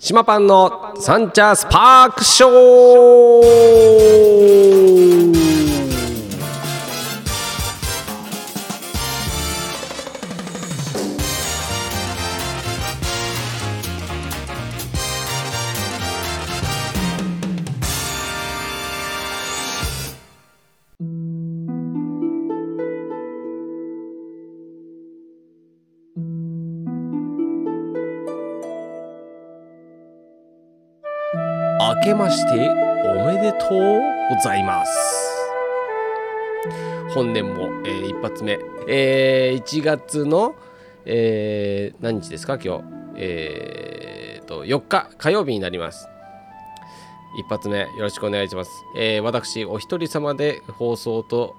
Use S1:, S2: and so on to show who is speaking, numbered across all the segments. S1: 島パンのサンチャースパークショー明けましておめでとうございます本年も、えー一発目、えー1月の、えー何日ですか今日えーと4日火曜日になります一発目よろしくお願いします、えー私お一人様で放送と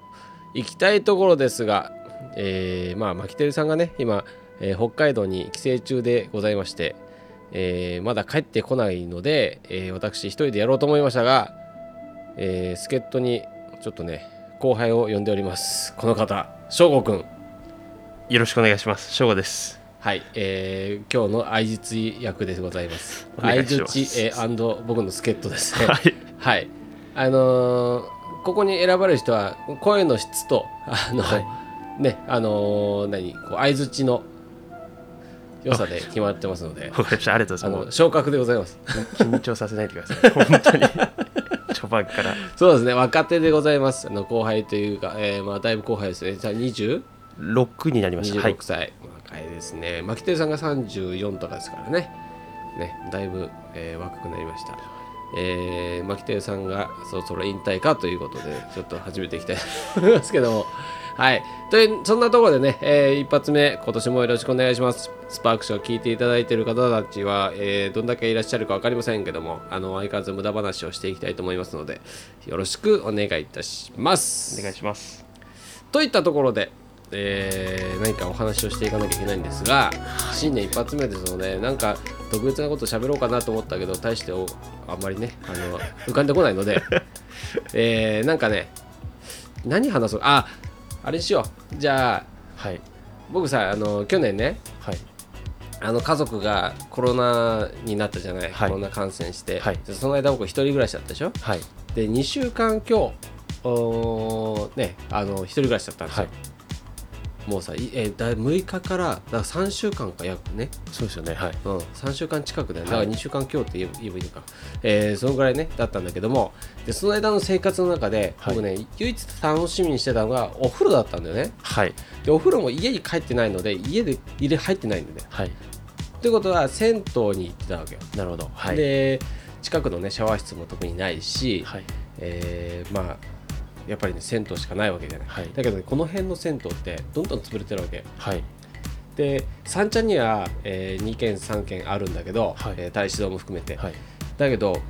S1: 行きたいところですが、えーまあ牧輝さんがね今、えー北海道に帰省中でございましてえーまだ帰ってこないので、えー私一人でやろうと思いましたが、えー、助っ人にちょっとね後輩を呼んでおりますこの方翔吾くん
S2: よろしくお願いします。翔吾です。
S1: はい、えー今日の相槌役でございます
S2: お願
S1: 相
S2: いします
S1: 槌、えー、僕の助っ人ですね
S2: はい。
S1: はいあのーここに選ばれる人は声の質とあの、
S2: はい
S1: ねあのー何こう相槌の良さで決まってますの で
S2: わかりました。ありがとう
S1: あ
S2: ございます。も
S1: の昇格でございます
S2: う緊張させないでください。 本当に。序盤から。
S1: そうですね、若手でございます。あの後輩というか、えーまあ、だいぶ後輩ですね。じゃあ20、
S2: 6になりました。は
S1: 26
S2: い。
S1: 歳、若いですね。牧輝さんが34とかですからね。ね、だいぶ、えー若くなりました。えー、牧輝さんがそろそろ引退かということで、ちょっと始めていきたいと思いますけども。はい。という、そんなところでね、えー一発目、今年もよろしくお願いします。スパークショーを聞いていただいている方たちは、えーどんだけいらっしゃるか分かりませんけども、あの、相変わらず無駄話をしていきたいと思いますので、よろしくお願いいたします。
S2: お願いします。
S1: といったところで、えー何かお話をしていかなきゃいけないんですが新年一発目ですのでなんか特別なこと喋ろうかなと思ったけど大しておあんまりねあの浮かんでこないので、 えーなんかね何話そうああれしようじゃあ
S2: はい。
S1: 僕さあの去年ね
S2: はい。
S1: あの家族がコロナになったじゃない、
S2: はい
S1: コロナ感染して、
S2: はい
S1: でその間僕一人暮らしだったでしょ
S2: はい。
S1: で2週間今日おーねあの一人暮らしだったんですよ、
S2: はい。
S1: もうさ、いえーだい6日からだから3週間か約ね、
S2: そうですよね。はい。
S1: うん、3週間近くだよね、
S2: は
S1: だ
S2: い
S1: から2週間強って言えば言えばいいのか、えーそのぐらいねだったんだけどもでその間の生活の中で、
S2: はい
S1: 僕ね唯一楽しみにしてたのがお風呂だったんだよね
S2: はい。
S1: でお風呂も家に帰ってないので家で入れ入ってないんだよね
S2: はい。
S1: ということは銭湯に行ってたわけよ、
S2: なるほど。はい。
S1: で近くのねシャワー室も特にないし、
S2: はい。
S1: えーまあやっぱりね銭湯しかないわけじゃない、
S2: はい
S1: だけどねこの辺の銭湯ってどんどん潰れてるわけ
S2: はい。
S1: で三茶には、え2軒3軒あるんだけど、
S2: はい
S1: えー大使堂も含めて、
S2: はい。
S1: だけどやっ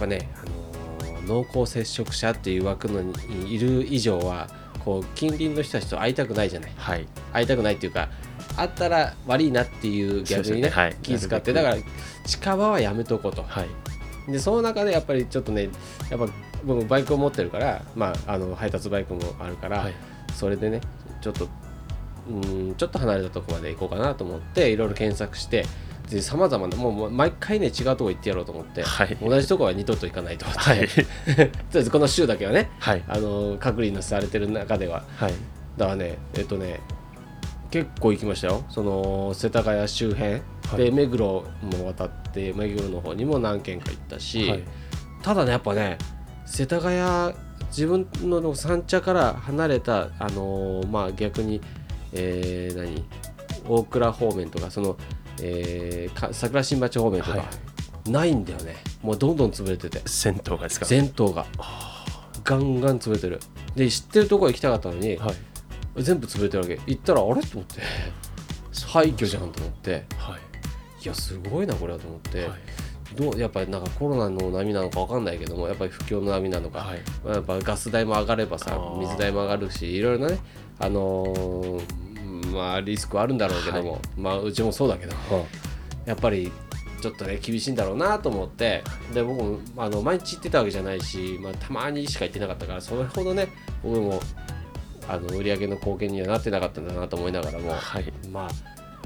S1: ぱね、あのー濃厚接触者っていう枠のにいる以上はこう近隣の人たちと会いたくないじゃない
S2: はい。
S1: 会いたくないっていうか会ったら悪いなっていう
S2: そ
S1: 逆
S2: うですよ
S1: に
S2: ね
S1: ね
S2: はい
S1: 気遣って
S2: な
S1: だ
S2: る
S1: から近場はやめとこうと
S2: はい。
S1: でその中でやっぱりちょっとねやっぱ僕バイクを持ってるから、まあ、あの配達バイクもあるから、
S2: はい。
S1: それでねちょっとうーんちょっと離れたとこまで行こうかなと思っていろいろ検索してさまざまなもうもう毎回ね違うとこ行ってやろうと思って、
S2: はい
S1: 同じとこは二度と行かないと思って、
S2: はい
S1: とりあえずこの週だけはね
S2: はい。
S1: あの隔離のされてる中では
S2: はい。
S1: だからねえっとね結構行きましたよその世田谷周辺、
S2: はい
S1: で目黒も渡って目黒の方にも何軒か行ったし、
S2: はい。
S1: ただねやっぱね世田谷自分の三茶から離れたあのーまあ逆に、えー何大倉方面とかその、えーか桜新町方面とか、
S2: は
S1: ないんだよねもうどんどん潰れてて
S2: 銭湯がですか。
S1: 全頭がガンガン潰れてるで知ってるとこ行きたかったのに、
S2: はい。
S1: 全部潰れてるわけ行ったらあれと思って廃墟じゃんと思って
S2: はい。
S1: いやすごいなこれはと思って、
S2: はい。
S1: どうやっぱりなんかコロナの波なのかわかんないけどもやっぱり不況の波なのか、
S2: はい。
S1: まあやっぱガス代も上がればさ
S2: あー
S1: 水代も上がるしいろいろなねあのーまあリスクはあるんだろうけども、まあうちもそうだけどもやっぱりちょっとね厳しいんだろうなと思ってで僕もあの毎日行ってたわけじゃないし、まあ、たまにしか行ってなかったからそれほどね僕もあの売り上げの貢献にはなってなかったんだなと思いながらも、
S2: はい。
S1: ま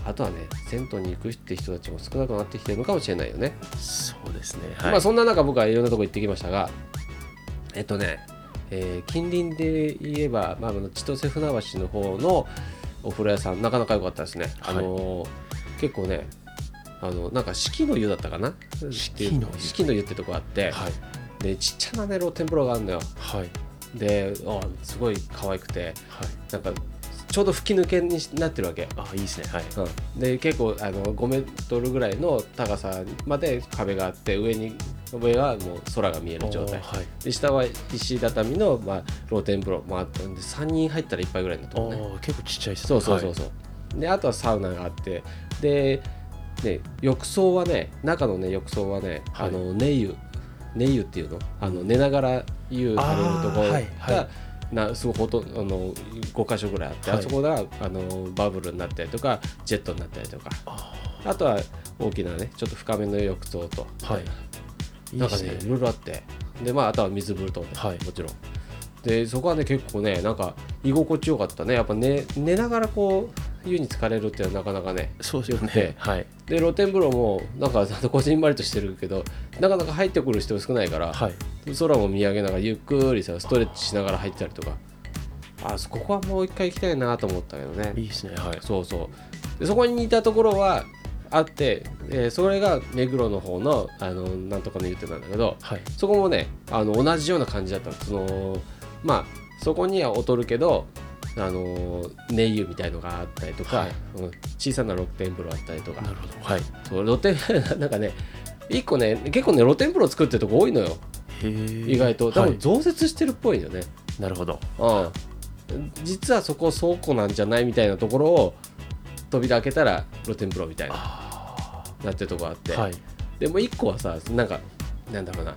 S1: ああとはね銭湯に行くって人たちも少なくなってきてるのかもしれないよね、
S2: そうですね。
S1: まあそんな中僕はいろんなとこ行ってきましたがえっとね、えー近隣で言えば、まあ、あの千歳船橋の方のお風呂屋さんなかなか良かったですね、
S2: はい
S1: あのー結構ねあのなんか四季の湯だったかな四
S2: 季の湯
S1: 四季の湯ってとこあって、
S2: はい。
S1: でちっちゃなね露天風呂があるのよ
S2: はい。
S1: であすごい可愛くて
S2: はい。
S1: なんかちょうど吹き抜けになってるわけ、
S2: あ、いいですね。はい。
S1: うん、で結構あの5メートルぐらいの高さまで壁があって上に上はもう空が見える状態
S2: おーはい。
S1: で下は石畳の、まあ、露天風呂もあったんで3人入ったら1杯ぐらいのとこね
S2: ああ、結構ちっちゃいですね。
S1: そうそうそう
S2: はい
S1: そう、であとはサウナがあってでね浴槽はね中のね浴槽はね、
S2: はい
S1: あの寝湯寝湯っていうのあの寝ながら湯されるところ
S2: あー
S1: が、
S2: はいは
S1: なすごいほとんどあの5箇所ぐらいあって、
S2: はい
S1: あそこがあのバブルになったりとかジェットになったりとか
S2: あ
S1: あとは大きなねちょっと深めの浴槽と、
S2: あ、はい。いい
S1: なん
S2: で
S1: か
S2: す
S1: ね
S2: ね。
S1: いろいろあってでまああとは水風呂とね、
S2: はい
S1: もちろんでそこはね結構ねなんか居心地よかったねやっぱ寝寝ながらこう湯に浸かれるっていうのはなかなかね
S2: そうですよ
S1: で
S2: ね。はい。
S1: で露天風呂もなんかあのこじんまりとしてるけどなかなか入ってくる人少ないから、
S2: はい。
S1: 空も見上げながらゆっくりさストレッチしながら入ったりとかあそここはもう一回行きたいなと思ったけどね
S2: いいですね。はい。
S1: そうそうでそこに似たところはあって、えーそれが目黒の方のあのなんとかの湯ってなんだけど
S2: はい。
S1: そこもねあの同じような感じだったのそのまあそこには劣るけどあの寝湯みたいのがあったりとか、
S2: はい
S1: うん小さな露天風呂あったりとか
S2: なるほど。はい。へ
S1: そう露天 なんかね一個ね結構ね露天風呂作ってるとこ多いのよ
S2: え。
S1: 意外と多
S2: は
S1: 分
S2: い。
S1: 増設してるっぽいよね、
S2: なるほど。
S1: うん実はそこ倉庫なんじゃないみたいなところを扉開けたら露天風呂みたいな
S2: あ
S1: なってるとこあって、
S2: あ。はい。
S1: でも一個はさなんかなんだろうな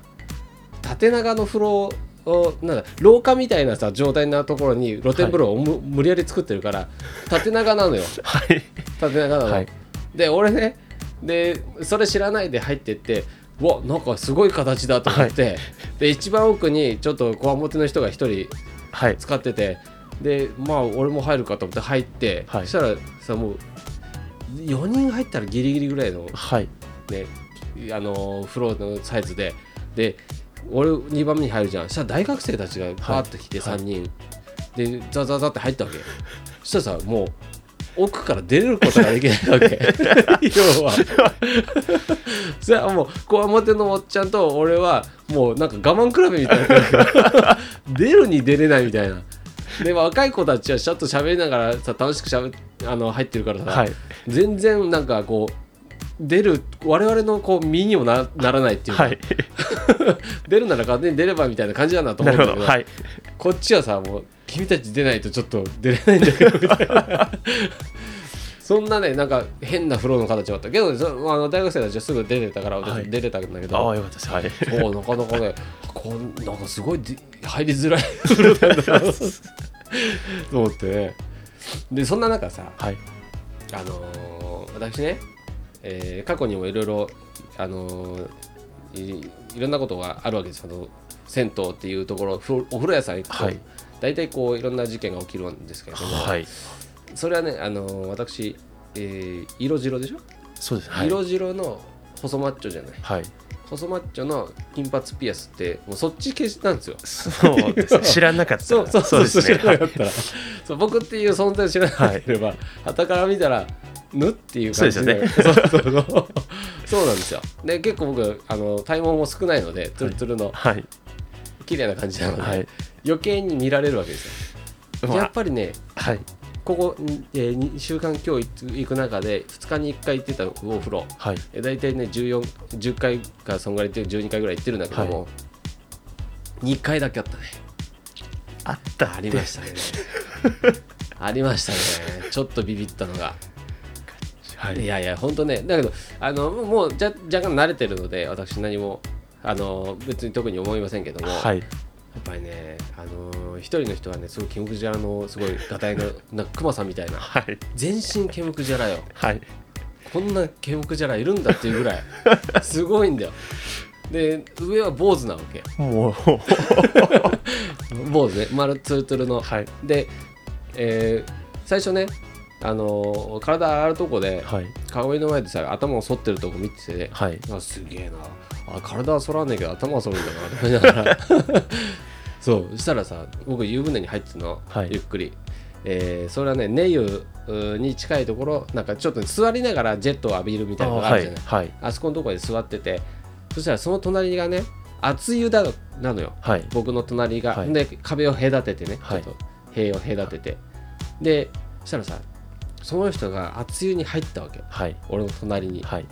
S1: 縦長の風呂をなんだ廊下みたいなさ状態なところに露天風呂をむ、無理やり作ってるから縦長なの よ
S2: はい。
S1: 縦長なの、
S2: はい。
S1: で俺ねでそれ知らないで入ってってうわなんかすごい形だと思って、で一番奥にちょっとこわもての人が一人
S2: はい。
S1: 使っててでまあ俺も入るかと思って入って、
S2: はい
S1: そしたらさもう4人入ったらギリギリぐらいの
S2: はい。
S1: ね、あのフローのサイズでで俺2番目に入るじゃんそしたら大学生たちがバーッと来て
S2: はい
S1: 3人、でザザザって入ったわけそしたらさもう奥から出れることができないわ け要はそれはもうこわもてのおっちゃんと俺はもうなんか我慢比べみたいになってるから 出るに出れないみたいなで若い子たちはちょっと喋りながらさ楽しくしゃべあの入ってるからさ、
S2: はい。
S1: 全然なんかこう出る我々のこう身にもなならないっていうか、
S2: はい。
S1: 出るなら勝手に出ればみたいな感じなんだと
S2: な
S1: 思うんだ
S2: る
S1: けど
S2: ほど。はい。
S1: こっちはさもう君たち出ないとちょっと出れないんだけどみ たいなそんなねなんか変なフローの形だったけど、ね、そあの大学生たちはすぐ出れたから
S2: はい
S1: 出れたんだけど、
S2: ああ、よかったです。はい。
S1: そうなかなかねこんなんかすごいで入りづらいフローなんだなと思ってねでそんな中さ
S2: はい。
S1: あのー私ね、えー過去にもいろいろ、あのーいいろんなことがあるわけですあの銭湯っていうところふお風呂屋さん行くと、
S2: はい
S1: 大体こういろんな事件が起きるんですけれども、
S2: はい。
S1: それはね、あのー私、えー色白でしょ、
S2: そうですね。はい。
S1: 色白の細マッチョじゃない
S2: はい。
S1: 細マッチョの金髪ピアスってもうそっち系なんですよ。
S2: そうですね。知らなかった。
S1: そうそうそう
S2: ですね。
S1: 知ら
S2: は
S1: ないかったら、そう僕っていう存在を知らなければ、傍から見たらぬっていう感じ
S2: そうで
S1: そうそうそう そうなんですよで結構僕あの体毛も少ないのでツルツルの
S2: はい。
S1: 綺麗な感じなので、
S2: はい。
S1: 余計に見られるわけですよ、
S2: まあ
S1: やっぱりね
S2: はい。
S1: ここ、えー、2週間今日行く中で2日に1回行ってたお風呂
S2: はい。
S1: えー大体ね14 10回かそんぐらい行って12回ぐらい行ってるんだけども、2回だけあったね
S2: あった。
S1: ありましたね。 ありましたね。ちょっとビビったのが。
S2: はいい。
S1: やいや、本当ね。だけど、あのもうじゃ若干慣れてるので、私何もあの別に特に思いませんけども、
S2: は
S1: や
S2: い。
S1: っぱりね、あの一人の人はね、すごい毛むくじゃらの、すごいガタイの、なんかクマさんみたいな、
S2: はい。
S1: 全身毛むくじゃらよ。
S2: はい。
S1: こんな毛むくじゃらいるんだっていうぐ らい、すごいんだよ。で、上は坊主なわけ。
S2: もう。
S1: 坊主ね、丸ツルツルの。
S2: はい。
S1: で、えー最初ねあの体洗うとこで
S2: はい
S1: 鏡の前でさ頭を剃ってるとこ見てて、
S2: はい
S1: あすげえなあ体は剃らねえけど頭は剃るんだなって思いながら そうそしたらさ僕湯船に入ってたの、
S2: はい
S1: ゆっくり、えーそれはね寝湯に近いところなんかちょっと座りながらジェットを浴びるみたいなのがあ
S2: は
S1: るじゃ
S2: い
S1: ない
S2: はい
S1: あそこのとこに座っててそしたらその隣がね熱湯だなのよ
S2: はい
S1: 僕の隣が、
S2: はい
S1: で壁を隔ててね、
S2: はい
S1: ちょっと塀を隔てて、でそしたらさその人が熱湯に入ったわけ
S2: はい
S1: 俺の隣に
S2: はい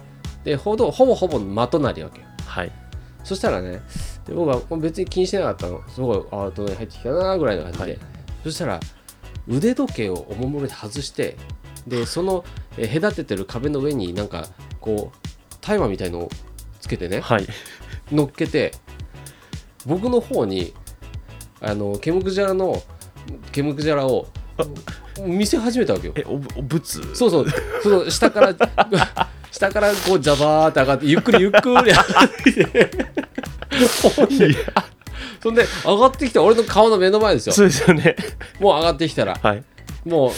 S1: でほどほぼほぼ真隣わけよ
S2: はい
S1: そしたらねで僕は別に気にしてなかったのすごいあ隣入ってきたなぐらいの感じで、
S2: はい
S1: そしたら腕時計をおもむろに外してでそのえー隔ててる壁の上になんかこうタイマーみたいのをつけてね
S2: はい
S1: 乗っけて僕の方にあのケムクジャラのケムクジャラを見せ始めたわけよ
S2: えおぶおぶつ
S1: そうそうその下から 下からこうジャバーって上がってゆっくりゆっくり 上がってきてほんでそんで上がってきた俺の顔の目の前ですよ
S2: そうですよね
S1: もう上がってきたら
S2: はい
S1: も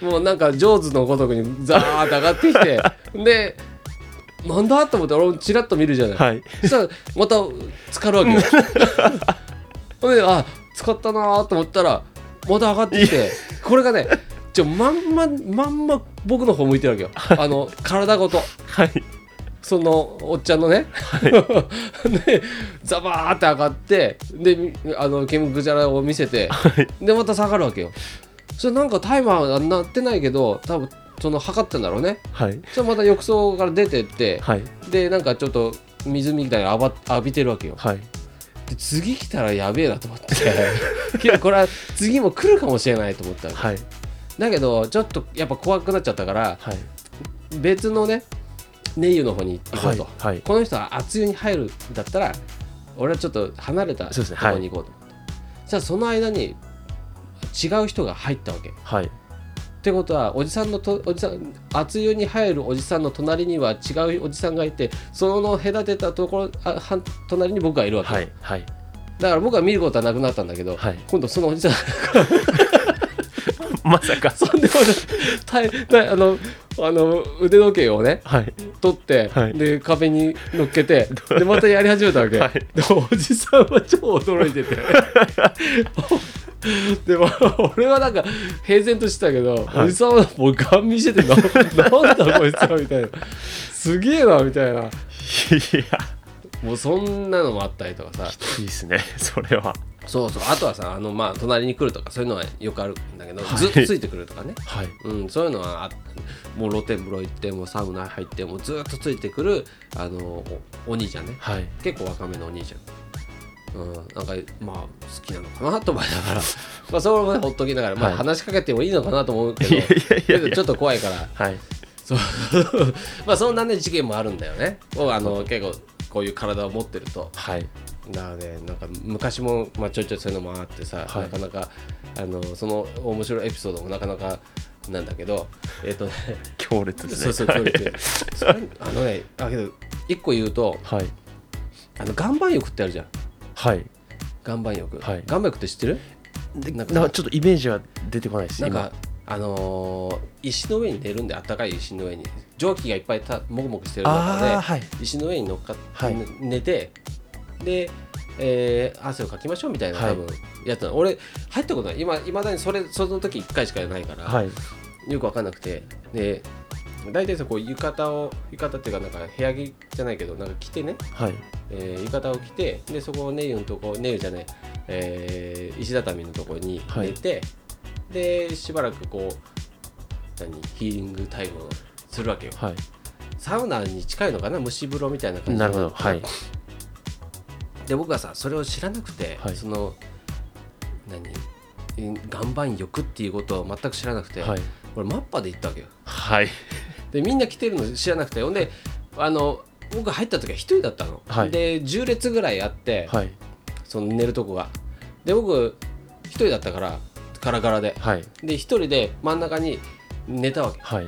S1: う もうなんか上手のごとくにザーって上がってきてでなんだと思って俺もチラッと見るじゃない、
S2: はい
S1: そしたらまた浸かるわ けよほんであ使ったなーと思ったらまた上がってきてこれがねちょまんままんま僕の方向いてるわけよあの体ごと
S2: はい
S1: そのおっちゃんのね、 でザバーって上がってであのケムクジャラを見せて、でまた下がるわけよそれなんかタイマーは鳴ってないけど多分その測ったんだろうね
S2: はい
S1: それまた浴槽から出てって、
S2: はい
S1: でなんかちょっと水みたいなの浴ば浴びてるわけよ
S2: はい
S1: で次来たらやべえなと思ってけどこれは次も来るかもしれないと思ったの
S2: はい
S1: だけどちょっとやっぱ怖くなっちゃったから
S2: はい
S1: 別のねネイユの方に行こうと、
S2: はいはい
S1: この人は熱湯に入るんだったら俺はちょっと離れた
S2: そう
S1: と
S2: ですね
S1: ころに行こうと思って、じゃあその間に違う人が入ったわけっ
S2: はい
S1: てことはおじさんのとおじさん熱湯に入るおじさんの隣には違うおじさんがいてその隔てたところあはん隣に僕がいるわけ、
S2: はいはい
S1: だから僕は見ることはなくなったんだけど、
S2: はい
S1: 今度そのおじさん
S2: まさか
S1: そん でまたたいたいあのあの腕時計をね
S2: はい
S1: 取って、
S2: はい
S1: で壁に乗っけてでまたやり始めたわけ、
S2: はい
S1: でおじさんは超驚いて てでも俺はなんか平然としてたけど、
S2: はい
S1: おじさんはもうガン見しててななんだこいつはみたいなすげえなみたいない
S2: や
S1: もうそんなのもあったりとかさ
S2: いいですねそれは
S1: そうそうあとはさあのまあ隣に来るとかそういうのはよくあるんだけど、ずっとついてくるとかね
S2: はい
S1: うん、そういうのはあもう露天風呂行ってもうサウナ入ってもうずーっとついてくるあのおお兄ちゃんね
S2: はい
S1: 結構若めのお兄ちゃん、うん、なんかまあ好きなのかなと思いながら まあそれもねほっときながら、ま
S2: は
S1: あ、
S2: い
S1: 話しかけてもいいのかなと思うけど
S2: いやいやいやいや
S1: けどちょっと怖いから
S2: はい
S1: そう まあそんなね事件もあるんだよねをあの結構こういう体を持ってると
S2: はい
S1: だからねなんか昔も、まあ、ちょいちょいそういうのもあってさ、
S2: はい
S1: なかなかあのその面白いエピソードもなかなかなんだけどえっ、 とね
S2: 強烈です
S1: そう
S2: ね
S1: そうそうそれあのねあけど一個言うと
S2: はい
S1: あの岩盤浴ってあるじゃん
S2: はい
S1: 岩盤浴、
S2: はい
S1: 岩盤浴って知ってる
S2: で
S1: な
S2: なんん
S1: か
S2: かちょっとイメージは出てこないです
S1: なん
S2: 今
S1: かあのー石の上に寝るんであったかい石の上に蒸気がいっぱいたもくもくしてる中で、
S2: ああはい
S1: 石の上に乗っかって、
S2: はい
S1: ね寝てで、えー汗をかきましょうみたいな
S2: はい
S1: 多分やったの、俺入ったことない今いまだにそれその時1回しかないから、
S2: はい
S1: よく分かんなくてで大体さこう浴衣を浴衣っていうかなんか部屋着じゃないけどなんか着てね、
S2: はい
S1: えー浴衣を着てでそこをネイユのとこネイユじゃない、えー石畳のとこに寝て、でしばらくこう何ヒーリングタイムをするわけよ
S2: はい
S1: サウナに近いのかな蒸し風呂みたいな感じ
S2: なるほどはい
S1: で僕はさそれを知らなくて、
S2: はい
S1: その何え岩盤浴っていうことを全く知らなくて、
S2: はい
S1: 俺マッパで行ったわけよ
S2: はい
S1: でみんな来てるの知らなくてほんであの僕入った時は一人だったの、
S2: はい
S1: で10列ぐらいあって、
S2: はい
S1: その寝るとこがで僕一人だったからガラガラで
S2: はい
S1: で一人で真ん中に寝たわけ
S2: はい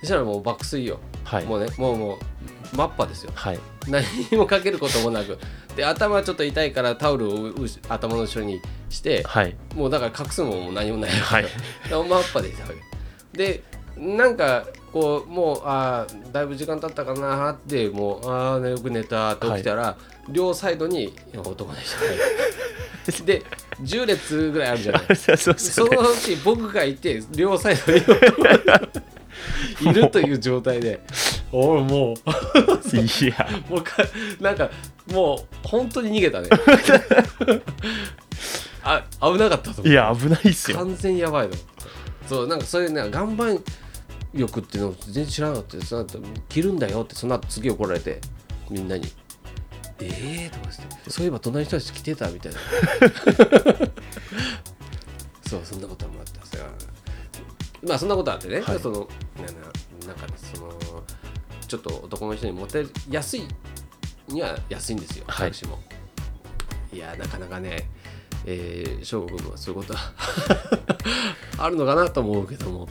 S1: そしたらもう爆睡よ、
S2: はい
S1: もうねもうもうマッパですよ
S2: はい
S1: 何にもかけることもなくで頭ちょっと痛いからタオルをううし頭の後ろにして
S2: はい
S1: もうだから隠すもんも何もない
S2: はい
S1: マッパでいたわけでなんかこうもうあーだいぶ時間経ったかなーってもうああよく寝たって起きたら、両サイドに男の人がい るで10列ぐらいあるじゃない
S2: そうそう
S1: そ
S2: そう、ね、
S1: のうち僕がいて両サイドに男がいるという状態で俺もう
S2: いや
S1: もうかなんかもう本当に逃げたねあ危なかったと思う
S2: いや危ないっすよ
S1: 完全にやばいのそうなんかそういうね岩盤浴っていうのを全然知らなかったです着るんだよってその後次怒られてみんなに「ええー」とかして「そういえば隣の人たち来てた」みたい なそうそんなこともあったさまあそんなことあってね、
S2: はい
S1: そのなんかなんかそのちょっと男の人にモテ安いには安いんですよ、
S2: はい
S1: 私もいやなかなかねえー、翔吾君はそういうことは あるのかなと思うけども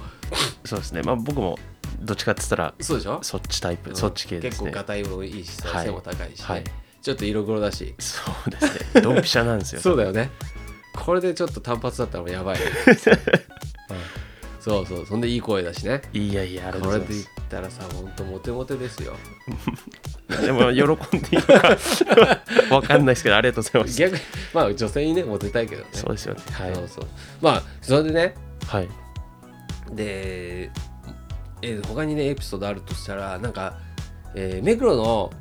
S2: そうですねまあ僕もどっちかって言ったら
S1: そうでしょ
S2: そっちタイプ、そっち系です
S1: 結構
S2: ね
S1: ガタイもいいしさ、
S2: はい
S1: 背も高いしね、
S2: はい
S1: ちょっと色黒だし
S2: そうですねドンピシャなんですよ
S1: そうだよねこれでちょっと単発だったらもうやば い、ねうんそうそうそんでいい声だしね
S2: いやいやあれ
S1: これで
S2: で
S1: 言っ
S2: す
S1: たらさほんとモテモテですよ
S2: でも喜んでいいのかわかんないですけどありがとうございます
S1: 逆にまあ女性にねモテたいけどね
S2: そうですよねはい
S1: そうそうまあそれでね
S2: はい
S1: で、えー他にねエピソードあるとしたらなんか、えー目黒の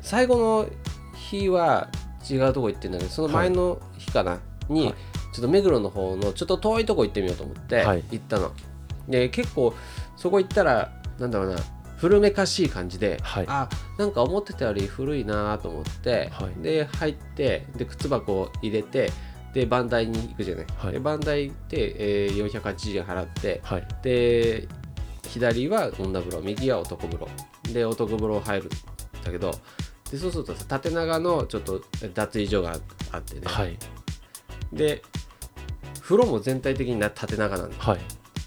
S1: 最後の日は違うとこ行ってんだけどその前の日かな、に、
S2: はい
S1: ちょっと目黒の方のちょっと遠いとこ行ってみようと思って
S2: はい
S1: 行ったの、で結構そこ行ったらなんだろうな古めかしい感じで、
S2: はい
S1: あなんか思ってたより古いなと思って、
S2: はい
S1: で入ってで靴箱を入れてでバンダイに行くじゃない、
S2: はい
S1: でバンダイ行って、えー480円払って
S2: はい
S1: で左は女風呂右は男風呂で男風呂入るんだけどでそうするとさ縦長のちょっと脱衣所があってね、
S2: はい
S1: で風呂も全体的にな縦長なんだ
S2: はい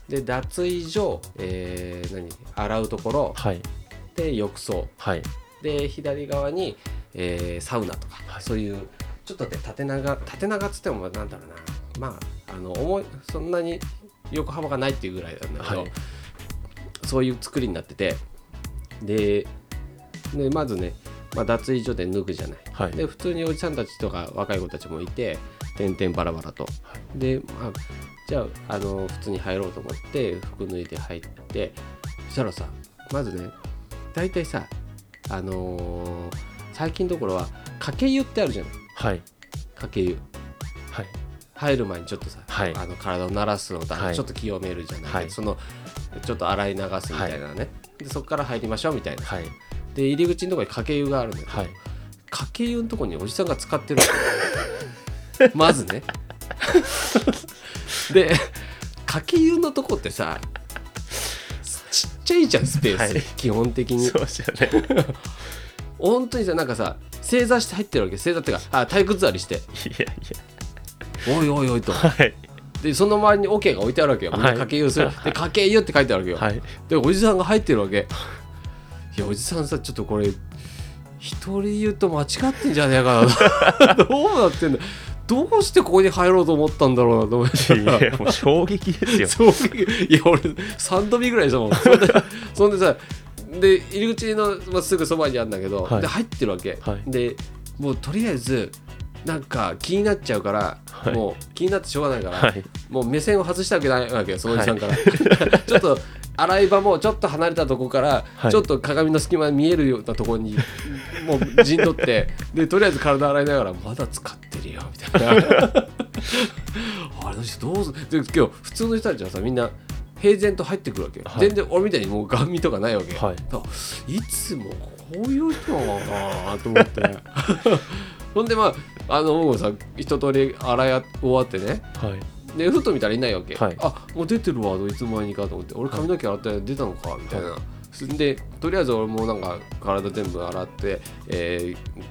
S1: で脱衣所、えー何洗うところ
S2: はい
S1: で浴槽
S2: はい
S1: で左側に、えーサウナとか、
S2: はい
S1: そういうちょっとね縦長縦長っつってもなんだろうなまああの重いそんなに横幅がないっていうぐらいなんだけど、
S2: はい
S1: そういう作りになっててででまずね、まあ、脱衣所で脱ぐじゃない。
S2: はい
S1: で普通におじさんたちとか若い子たちもいて点々バラバラと。
S2: は
S1: で、まあ、じゃああの普通に入ろうと思って服脱いで入ってそしたらさまずね大体さあのー最近のところはかけ湯ってあるじゃない
S2: はい
S1: かけ湯
S2: はい
S1: 入る前にちょっとさ、
S2: はい
S1: あの体を慣らすのと、あの
S2: はい
S1: ちょっと清めるじゃない、
S2: はい
S1: そのちょっと洗い流すみたいなね、でそこから入りましょうみたいな
S2: はい
S1: で入り口のところにかけ湯があるんだよ
S2: はい
S1: かけ湯のとこにおじさんが使ってるまずね でかけ湯のとこってさちっちゃいじゃんスペース、
S2: はい
S1: 基本的に
S2: そうですよね
S1: 本当にさなんかさ正座して入ってるわけ正座ってかあ体育座りして
S2: いやい
S1: おいおいおいと
S2: やはい
S1: でその周りに桶、が置いてあるわけよ、
S2: はい
S1: みんなかけ湯するでかけ湯って書いてあるわけよ、
S2: はい
S1: でおじさんが入ってるわけ いやおじさんさちょっとこれ一人言うと間違ってんじゃねえかな どうなってんだどうしてここに入ろうと思ったんだろうなと思って
S2: いやいやもう衝撃です よ
S1: そういや俺3度目ぐらいしたもんそ んでそんでさで入り口の、まあ、すぐそばにあるんだけど、
S2: はい
S1: で入ってるわけ、
S2: はい
S1: でもうとりあえずなんか気になっちゃうから、
S2: はい
S1: もう気になってしょうがないから、
S2: はい
S1: もう目線を外したわけないわけよそのおじさんから、 ちょっと洗い場もちょっと離れたとこから、
S2: はい
S1: ちょっと鏡の隙間見えるようなとこにもう陣取ってでとりあえず体洗いながらまだ使ってるよみたいなあれの人どうすで今日普通の人たちはさみんな平然と入ってくるわけよ、
S2: はい
S1: 全然俺みたいにもうガン見とかないわけよ、
S2: はい
S1: だからいつもこういう人なのかなと思って ほんでまああのもうさ一通り洗い終わってね
S2: はい
S1: でふと見たらいないわけ、
S2: はい
S1: あもう出てるわいつの間にかと思って俺髪の毛洗ったら出たのかみたいな、でとりあえず俺もなんか体全部洗って、えー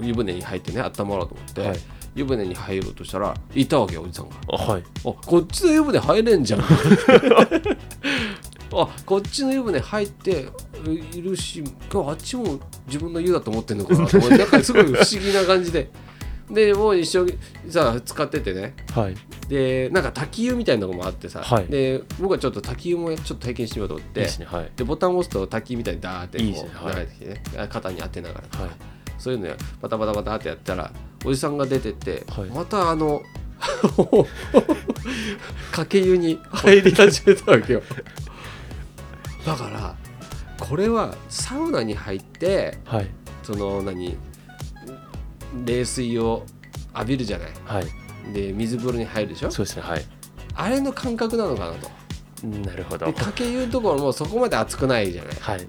S1: 湯船に入ってね温まろうと思って、
S2: はい
S1: 湯船に入ろうとしたらいたわけよおじさんが
S2: はい
S1: あこっち の湯船入れんじゃんあこっちの湯船入っているし今日あっちも自分の家だと思ってんのかなと思 ってなんかすごい不思議な感じででもう一緒にさ使っててね
S2: はい
S1: でなんか滝湯みたいなのもあってさ、
S2: はい
S1: で僕はちょっと滝湯もちょっと体験してみようと思っ
S2: いい
S1: て
S2: ですねはい
S1: でボタンを押すと滝みたいにダーってこう
S2: いいですねはい
S1: 流れてきてね、肩に当てながらとか、
S2: はい
S1: そういうのやバタバタバタってやったらおじさんが出てって、
S2: はい
S1: またあ のかけ湯に入り始めたわけよだからこれはサウナに入って
S2: はい
S1: その何冷水を浴びるじゃない
S2: はい
S1: で水風呂に入るでしょ
S2: そうですねはい
S1: あれの感覚なのかなと
S2: なるほど
S1: でかけ湯のところもそこまで熱くないじゃない、
S2: はい
S1: ね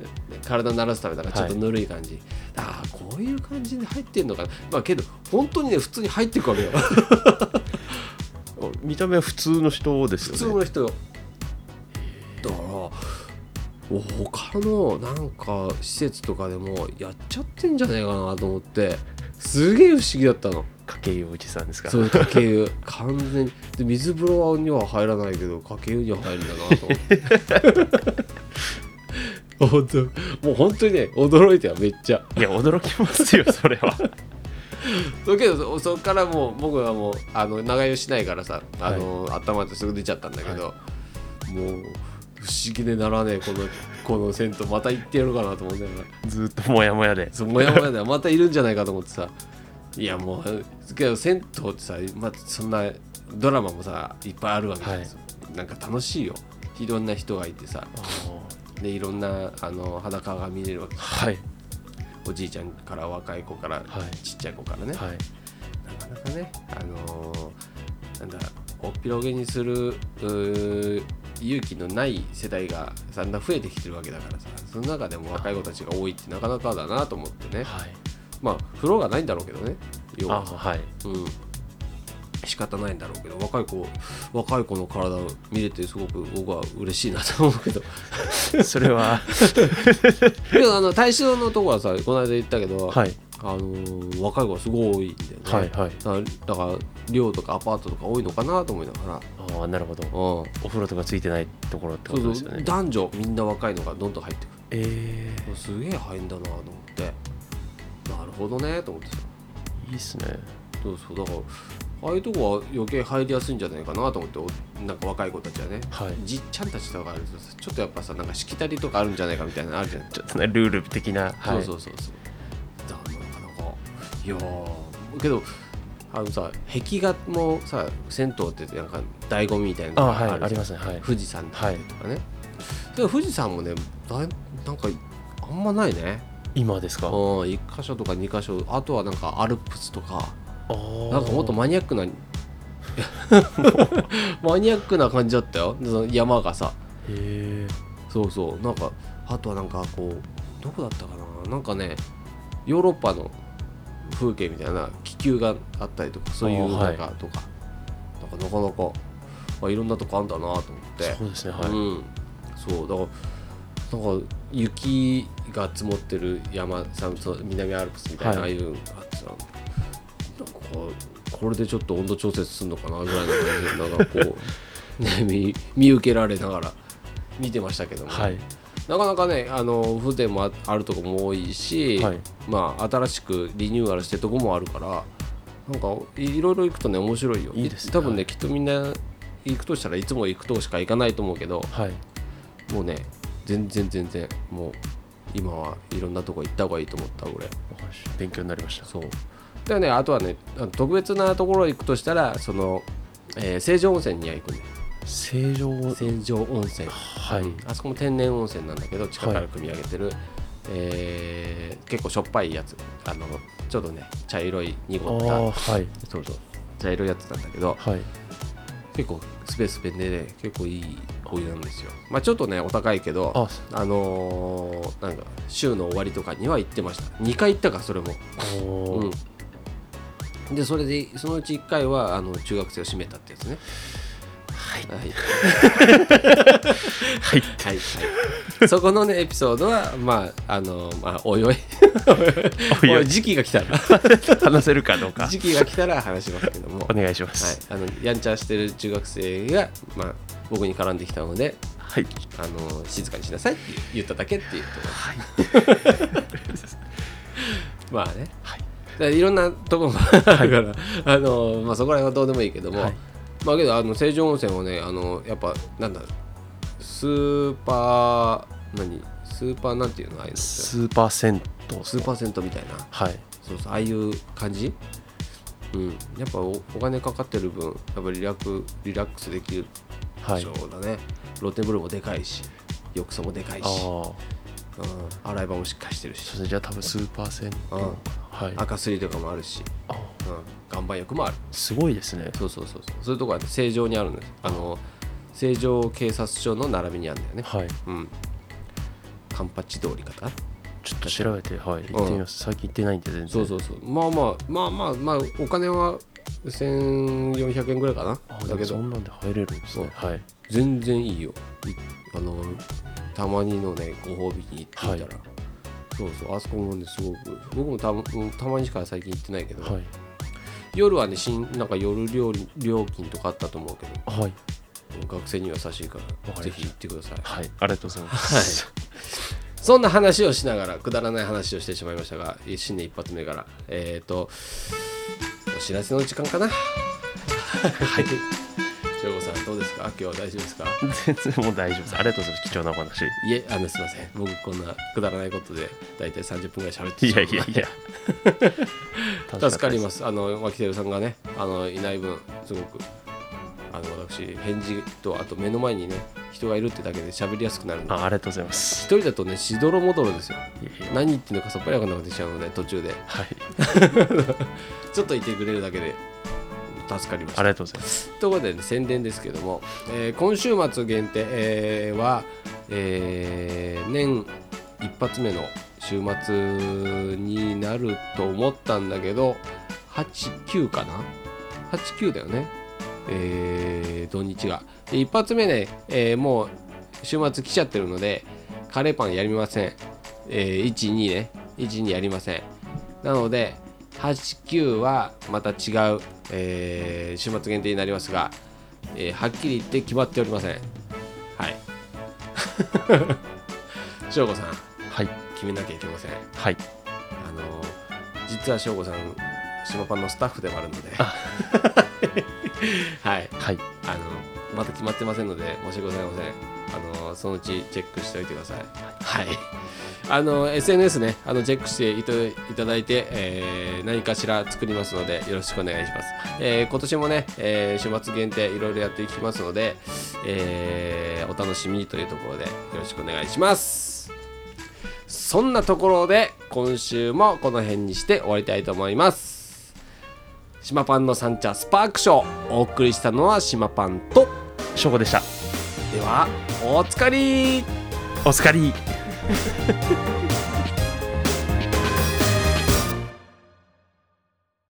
S1: 体慣らすためだからちょっとぬるい感じ、ああこういう感じで入ってんのかなまあけど本当にね普通に入ってくわけよ
S2: お見た目は普通の人で
S1: 普
S2: すよね
S1: 通の人よだからお他のなんか施設とかでもやっちゃってんじゃねえかなと思ってすげえ不思議だったの
S2: 家計おじさんですか
S1: そういうかけ湯完全にで水風呂には入らないけどかけ湯には入るんだなと思って。本当もう本当にね驚いたよめっちゃ
S2: いや驚きます よそれは
S1: だけどそそっからもう僕はもうあの長湯しないからさあの、頭ってすぐ出ちゃったんだけど、もう不思議でならねえこの この銭湯また行ってやろうかなと思うんだよね
S2: ずっとモヤモヤで
S1: そうモヤモヤだよまたいるんじゃないかと思ってさいやもうけど銭湯ってさ、まあ、そんなドラマもさいっぱいあるわけじゃん、
S2: はい
S1: なんか楽しいよいろんな人がいてさでいろんなあの裸が見れるわけ
S2: はい
S1: おじいちゃんから若い子から、
S2: はい
S1: ちっちゃい子からね、
S2: はい
S1: なかなかねあのーなんだおっぴろげにするうー勇気のない世代がだんだん増えてきてるわけだからさその中でも若い子たちが多いってなかなかだなと思ってね
S2: はい
S1: まあ風呂がないんだろうけどね要
S2: あ
S1: は
S2: はい
S1: うん仕方ないんだろうけど若い子若い子の体を見れてすごく僕は嬉しいなと思うけ ど
S2: それは
S1: けどあの対象のとこはさこの間言ったけど、
S2: はい
S1: あのー若い子がすごい多いんだよね、
S2: はいはい
S1: だからだから寮とかアパートとか多いのかなと思いながら、うん、
S2: ああなるほど
S1: そ
S2: お風呂とかついてないところってこと
S1: う
S2: です
S1: そ
S2: よ
S1: う
S2: ね
S1: 男女みんな若いのがどんどん入ってく
S2: え
S1: るすげえ入んだなと思ってなるほどねと思ってさ
S2: ー、いいっすね
S1: そうそうだからああいうとこは余計入りやすいんじゃないかなと思っておなんか若い子たちはね
S2: はい
S1: じっちゃんたちとかあるとさちょっとやっぱさなんかしきたりとかあるんじゃないかみたいなのあるじゃない
S2: ちょっとねルール的な
S1: そう
S2: はい
S1: そうそうそうだからなかなかいやーけどあのさ壁画もさ銭湯ってなんか醍醐味みたいなの
S2: あ
S1: が
S2: はい
S1: る
S2: あ
S1: じ
S2: り
S1: ゃん
S2: ますねはい
S1: 富士山とか
S2: はい
S1: ね、でも富士山もねだいなんかあんまないね
S2: 今ですか
S1: うん
S2: あ
S1: 1箇所とか2箇所あとはなんかアルプスとか
S2: ー
S1: なんかもっとマニアックな マニアックな感じだったよその山がさ
S2: へ
S1: そうそうなんかあとはなんかこうどこだったかななんかねヨーロッパの風景みたいな気球があったりとかそうい
S2: あ
S1: う
S2: ーは
S1: なん
S2: い
S1: かとか、なんかなかなかあいろんなとこあんだなと思って
S2: えそうですねはい、
S1: うん、そうだからなんか雪が積もってる山さんそう南アルプスみたいな、
S2: はい
S1: ああいうあってさなんかこうこれでちょっと温度調節するのかなぐらいの感じでなんかこ う、ね、見見受けられながら見てましたけども、
S2: はい
S1: なかなかねあの風情もああるとこも多いし、
S2: はい
S1: まあ、新しくリニューアルしてるとこもあるからなんかいろいろ行くとね面白いよ
S2: いいですね
S1: 多分ねきっとみんな行くとしたらいつも行くとこしか行かないと思うけど
S2: はい
S1: もうね全然全然もう今はいろんなとこ行った方がいいと思った俺
S2: わかりました勉強になりました
S1: そうだよねあとはねあの特別なところ行くとしたらその、えー、成城温泉には行くね
S2: 正常を
S1: 成城温泉
S2: はい、
S1: うんあそこも天然温泉なんだけど地下から汲み上げてる、えー結構しょっぱいやつあのちょっとね茶色い濁
S2: あ
S1: った
S2: あはい
S1: そうそう茶色いやつなんだけど
S2: はい
S1: 結構スペースペンで、ね、結構いいお湯なんですよまあちょっとねお高いけど
S2: あ
S1: あのーなんか週の終わりとかには行ってました2回行ったかそれも
S2: おー、
S1: うんでそれでそのうち1回はあの中学生を占めたってやつねはいはい
S2: はい
S1: はい、 はい、 そこのねエピソードはまああのまあおいおい
S2: おいおい
S1: おい時期が来たら
S2: 話せるかどうか
S1: 時期が来たら話しますけども
S2: お願いしま
S1: はい
S2: す、
S1: あのやんちゃしてる中学生が、まあ、僕に絡んできたので、
S2: はい
S1: あの静かにしなさいって言っただけっていうとこ
S2: はい
S1: まあね、
S2: はい
S1: だからいろんなところがあるから、あのまあ、そこら辺はどうでもいいけども、
S2: はい
S1: まあけどあの成城温泉はねあのやっぱなんだスーパー何スーパーなんていうのああいうのってス
S2: スーパー銭湯
S1: ーパー銭湯みたいな
S2: はい
S1: そうそうああいう感じうんやっぱおお金かかってる分やっぱリラックリラックスできる
S2: はい
S1: そうだね露天風呂もでかいし浴槽もでかい
S2: ああ
S1: し、
S2: そう
S1: うん、洗い場もしっかりしてる
S2: で
S1: し
S2: すねじゃあ多分スーパー銭湯
S1: うん
S2: はい
S1: 赤すりとかもあるし、
S2: あ
S1: うん、岩盤浴もある
S2: すごいですね
S1: そうそうそうそうそういうとこは正常にあるんですあの正常警察署の並びにあるんだよね
S2: はい
S1: うんカンパチ通りかな
S2: ちょっと調べてはい行ってみます最近行ってないんで全然
S1: そうそうそうまあまあまあまあまあお金は1400円ぐらいか
S2: あ
S1: な
S2: で
S1: だ
S2: も
S1: け
S2: そ
S1: ど
S2: んなんで入れるんですねはい
S1: 全然いいよいあのたまにのねご褒美に行ってみたら、そうそうあそこもねすごく僕もたまたまにしか最近行ってないけど、
S2: はい
S1: 夜はねしんなんか夜料理料金とかあったと思うけど
S2: はい
S1: 学生には優しいか
S2: わからりました
S1: ぜひ行ってください
S2: はいありがとうございます
S1: はい、そんな話をしながらくだらない話をしてしまいましたが新年一発目からえっ、とお知らせの時間かな はい省吾さんどうですか今日は大丈夫ですか
S2: 全然もう大丈夫ですありがとうございます貴重なお話い
S1: いえあのすいません僕こんなくだらないことで大体30分ぐらい喋ってしま
S2: や
S1: う
S2: いやいや
S1: 助かりますすあの牧輝さんがねあのいない分すごくあの私返事とあと目の前にね人がいるってだけで喋りやすくなるんで
S2: あありがとうございます
S1: 一人だとねしどろもどろですよ
S2: いやいや
S1: 何言ってんのかさっぱりわかんなくなってきちゃうので途中で
S2: はい
S1: ちょっといてくれるだけで助かりまし
S2: あ
S1: た
S2: りがとうございます
S1: ということで、ね、宣伝ですけども、えー今週末限定、えーは、えー年一発目の週末になると思ったんだけど89かな89だよね、えー土日がで一発目ね、えーもう週末来ちゃってるのでカレーパンやりません、えー12ね12やりませんなので89はまた違う、えー週末限定になりますが、えーはっきり言って決まっておりませんはい 省吾さん
S2: はい
S1: 決めなきゃいけません
S2: はい
S1: あの実は省吾さん島パンのスタッフでもあるので はい
S2: はい
S1: あのまだ決まってませんので申し訳ございませんあのそのうちチェックしておいてくださいはい あの SNS ねあのチェックしていたいただいて、えー何かしら作りますのでよろしくお願いします、えー今年もね、えー週末限定いろいろやっていきますので、えーお楽しみにというところでよろしくお願いしますそんなところで今週もこの辺にして終わりたいと思います島パンの三茶スパークショーお送りしたのは島パンと
S2: 翔吾でした
S1: ではおつかり
S2: お疲れ